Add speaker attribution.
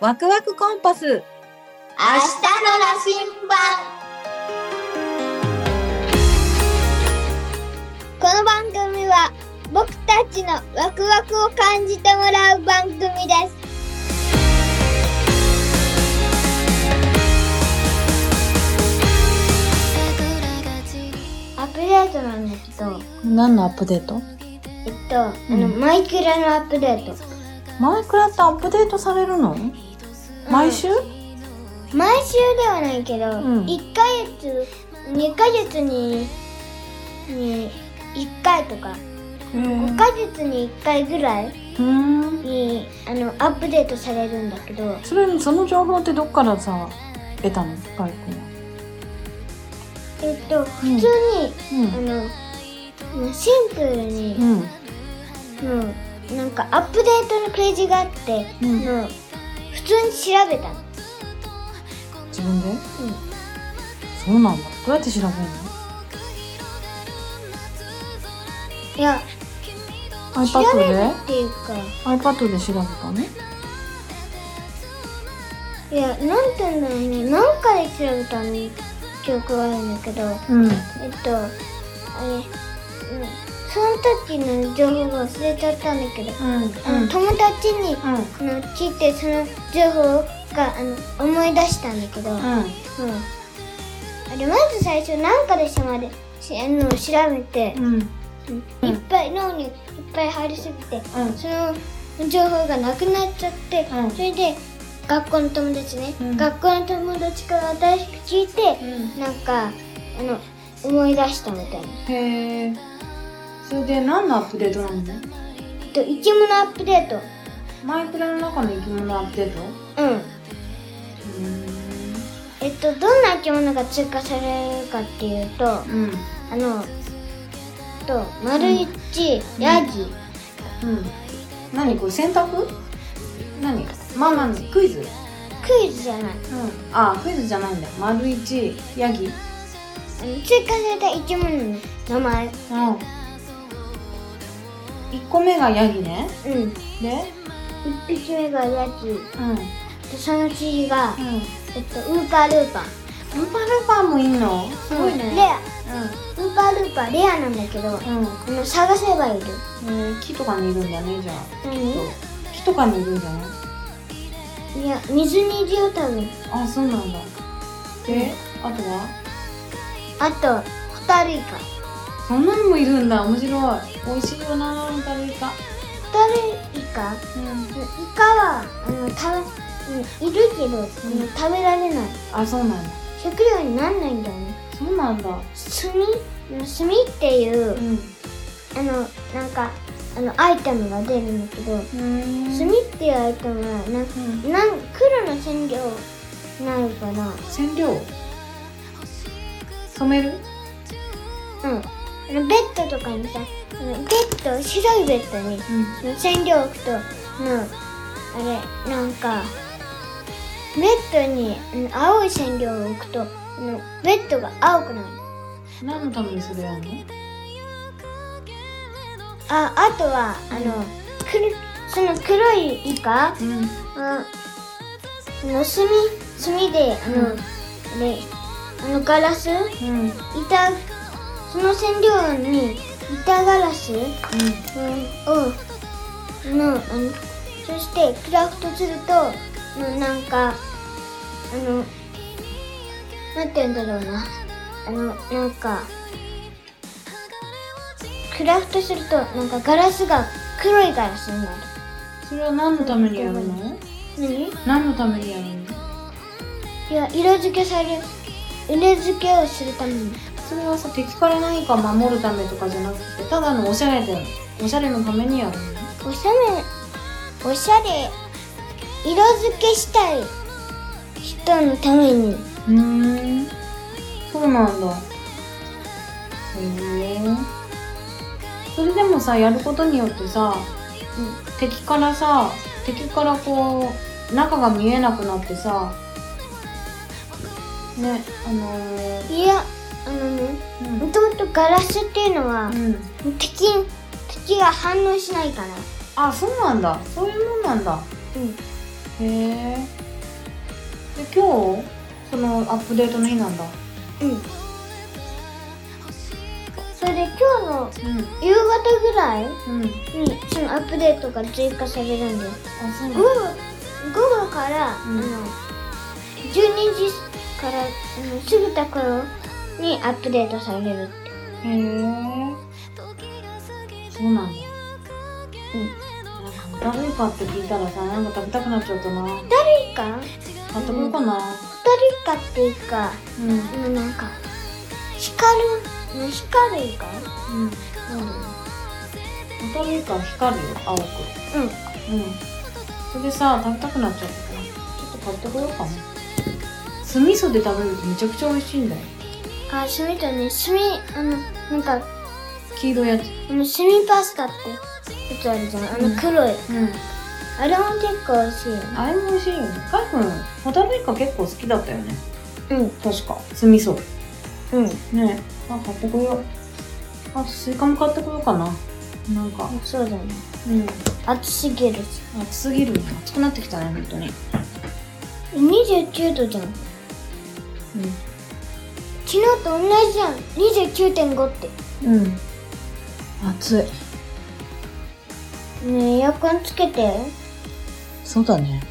Speaker 1: ワクワクコンパス
Speaker 2: 明日の羅針盤この番組は僕たちのワクワクを感じてもらう番組ですアップデートなんですけど
Speaker 3: 何のアップデート
Speaker 2: えっと、あの
Speaker 3: うん
Speaker 2: マイクラのアップデート
Speaker 3: マイクラってアップデートされるの、毎週
Speaker 2: 毎週ではないけど、
Speaker 3: うん
Speaker 2: 1ヶ月2ヶ月にに1回とか
Speaker 3: うん
Speaker 2: 5ヶ月に1回ぐらい
Speaker 3: うん
Speaker 2: にあのアップデートされるんだけど
Speaker 3: それその情報ってどっからさ得たのバイ
Speaker 2: えっと普通に、
Speaker 3: 君は
Speaker 2: あのシンプルに
Speaker 3: う、ん
Speaker 2: もうなんかアップデートのページがあって、
Speaker 3: うん
Speaker 2: もう普通に調べたの
Speaker 3: 自分で、そうなんだどうやって調べるの
Speaker 2: いや調
Speaker 3: iPad
Speaker 2: べる
Speaker 3: で
Speaker 2: っていうか
Speaker 3: iPad で調べたね
Speaker 2: いやなんて言うんだろうね何回調べたの記憶があるんだけど
Speaker 3: うん
Speaker 2: えっとあれ、うん、その時の情報が忘れちゃったんだけど、
Speaker 3: うんうん
Speaker 2: あの友達に、
Speaker 3: うん
Speaker 2: あの聞いてその情報があの思い出したんだけど、うん、あれまず最初何かでしたまでしあの調べて、
Speaker 3: うんうん
Speaker 2: いっぱい脳にいっぱい入りすぎて、
Speaker 3: うん
Speaker 2: その情報がなくなっちゃって、
Speaker 3: うん
Speaker 2: それで学校の友達ね、
Speaker 3: うん
Speaker 2: 学校の友達から新しく聞いて、
Speaker 3: う
Speaker 2: なんかあの思い出したみたいな。
Speaker 3: へえそれで何のアップデートなの
Speaker 2: えっと生き物アップデート
Speaker 3: マイクラの中の生き物アップデート
Speaker 2: うん
Speaker 3: う
Speaker 2: えっとどんな生き物が追加されるかっていうとあ
Speaker 3: んうん
Speaker 2: のと丸一、ヤギ
Speaker 3: うん。何これ選択？何？まあまあクイズ。うん。
Speaker 2: クイズじゃない
Speaker 3: ああクイズじゃないんだよ。丸一ヤギ。うん。
Speaker 2: あの追加された生き物の名前
Speaker 3: 一個目がヤギね。
Speaker 2: うん
Speaker 3: で？
Speaker 2: 一匹目がヤギ
Speaker 3: うん。うん。
Speaker 2: でその次が、
Speaker 3: ウ
Speaker 2: えっと、ウーパールー
Speaker 3: ー
Speaker 2: パー
Speaker 3: パールーパーもいいの？すごい
Speaker 2: レ
Speaker 3: ね。
Speaker 2: アウーパールーパーレアなんだけ
Speaker 3: う
Speaker 2: ど
Speaker 3: ん。うん。
Speaker 2: あの探せばいる
Speaker 3: えー木とかにいるんだねじゃあ。
Speaker 2: 何
Speaker 3: 木とかにいるんだね。
Speaker 2: いや水にいるよ多分
Speaker 3: あそうなんだ。で、あとは？
Speaker 2: あとホタルイカ
Speaker 3: そんなのもいるんだ。面白い。美味しいよなータルイカ。
Speaker 2: ホタルイカ
Speaker 3: うん。
Speaker 2: イカはあの食べうんいるけど、あの食べられない
Speaker 3: あそうなんだ。
Speaker 2: 食料になんないんだよね
Speaker 3: そうなんだ。
Speaker 2: 炭炭っていう、
Speaker 3: うん。
Speaker 2: あのなんかあのアイテムが出るんだけど炭
Speaker 3: 炭
Speaker 2: っていうアイテムはなんかなん黒の染料ないかな
Speaker 3: 染料染める
Speaker 2: うんあのベッドとかにさあのベッド白いベッドに
Speaker 3: うん
Speaker 2: 染料置くとのあれなんかベッドにうん青い染料を置くとうんベッドが青くなる
Speaker 3: 何のためにそれやるの
Speaker 2: ああとはあのくるその黒いイカ
Speaker 3: うん
Speaker 2: ああの炭炭であの、
Speaker 3: うん
Speaker 2: であのガラス
Speaker 3: うんうん
Speaker 2: 板その染料に板ガラス、うん、をのあのそして暗くとするとのなんかあのなんて言うんだろうなあのなんか暗くとするとなんかガラスが黒いガラスになる
Speaker 3: それは何のためにやるの
Speaker 2: 何
Speaker 3: 何のためにやるの
Speaker 2: いや色付けされる色付けをするために
Speaker 3: それはさ敵から何か守るためとかじゃなくてただのおしゃれでおしゃれのためにやるの
Speaker 2: おしゃれおしゃれ色付けしたい人のために
Speaker 3: うーんそうなんだへえそれでもさやることによってさ、敵からさ敵からこう中が見えなくなってさねあのー
Speaker 2: いやあのねもともとガラスっていうのは
Speaker 3: うん、うん、
Speaker 2: 敵敵が反応しないから
Speaker 3: あそうなんだそういうもんなんだ
Speaker 2: う
Speaker 3: へ
Speaker 2: ん
Speaker 3: えで今日そのアップデートの日なんだ
Speaker 2: うんそれで今日の
Speaker 3: う
Speaker 2: 夕方ぐらい
Speaker 3: んうん
Speaker 2: にそのアップデートが追加されるんだよ
Speaker 3: あそうなん
Speaker 2: 午
Speaker 3: だ
Speaker 2: 後午後から、
Speaker 3: うん
Speaker 2: あの12時からあの過ぎた頃にアップデートされるって
Speaker 3: へえそうなんだ
Speaker 2: うん
Speaker 3: なんかダルイカって聞いたらさなんか食べたくなっちゃったな買
Speaker 2: 誰か
Speaker 3: ってこようかな
Speaker 2: 誰かっていうか
Speaker 3: うんうん
Speaker 2: うんなんか光るね光るかなんだろ
Speaker 3: ダルイカ光るよ青く
Speaker 2: ううん
Speaker 3: うんそれでさ食べたくなっちゃったからちょっと買ってこようかな酢味噌で食べるとめちゃくちゃ美味しいんだよ
Speaker 2: あ炭とね炭あのなんか
Speaker 3: 黄色いやつ
Speaker 2: あの炭パスタってやつあるじゃんあ
Speaker 3: う
Speaker 2: の
Speaker 3: ん
Speaker 2: 黒い、
Speaker 3: うん
Speaker 2: あれも結構美味しいよね
Speaker 3: あれも美味しいよねカイ君ホタルイカ結構好きだったよね
Speaker 2: う
Speaker 3: 確か酢味噌
Speaker 2: んうん
Speaker 3: ねえあ買ってこようあとスイカも買ってこようかななんか
Speaker 2: そうだね
Speaker 3: うん
Speaker 2: 暑すぎるし
Speaker 3: 暑すぎるね暑くなってきたね本当に
Speaker 2: 29度じゃん昨日と同じじゃん29.5って
Speaker 3: うんうん暑い
Speaker 2: ねえエアコンつけて
Speaker 3: そうだね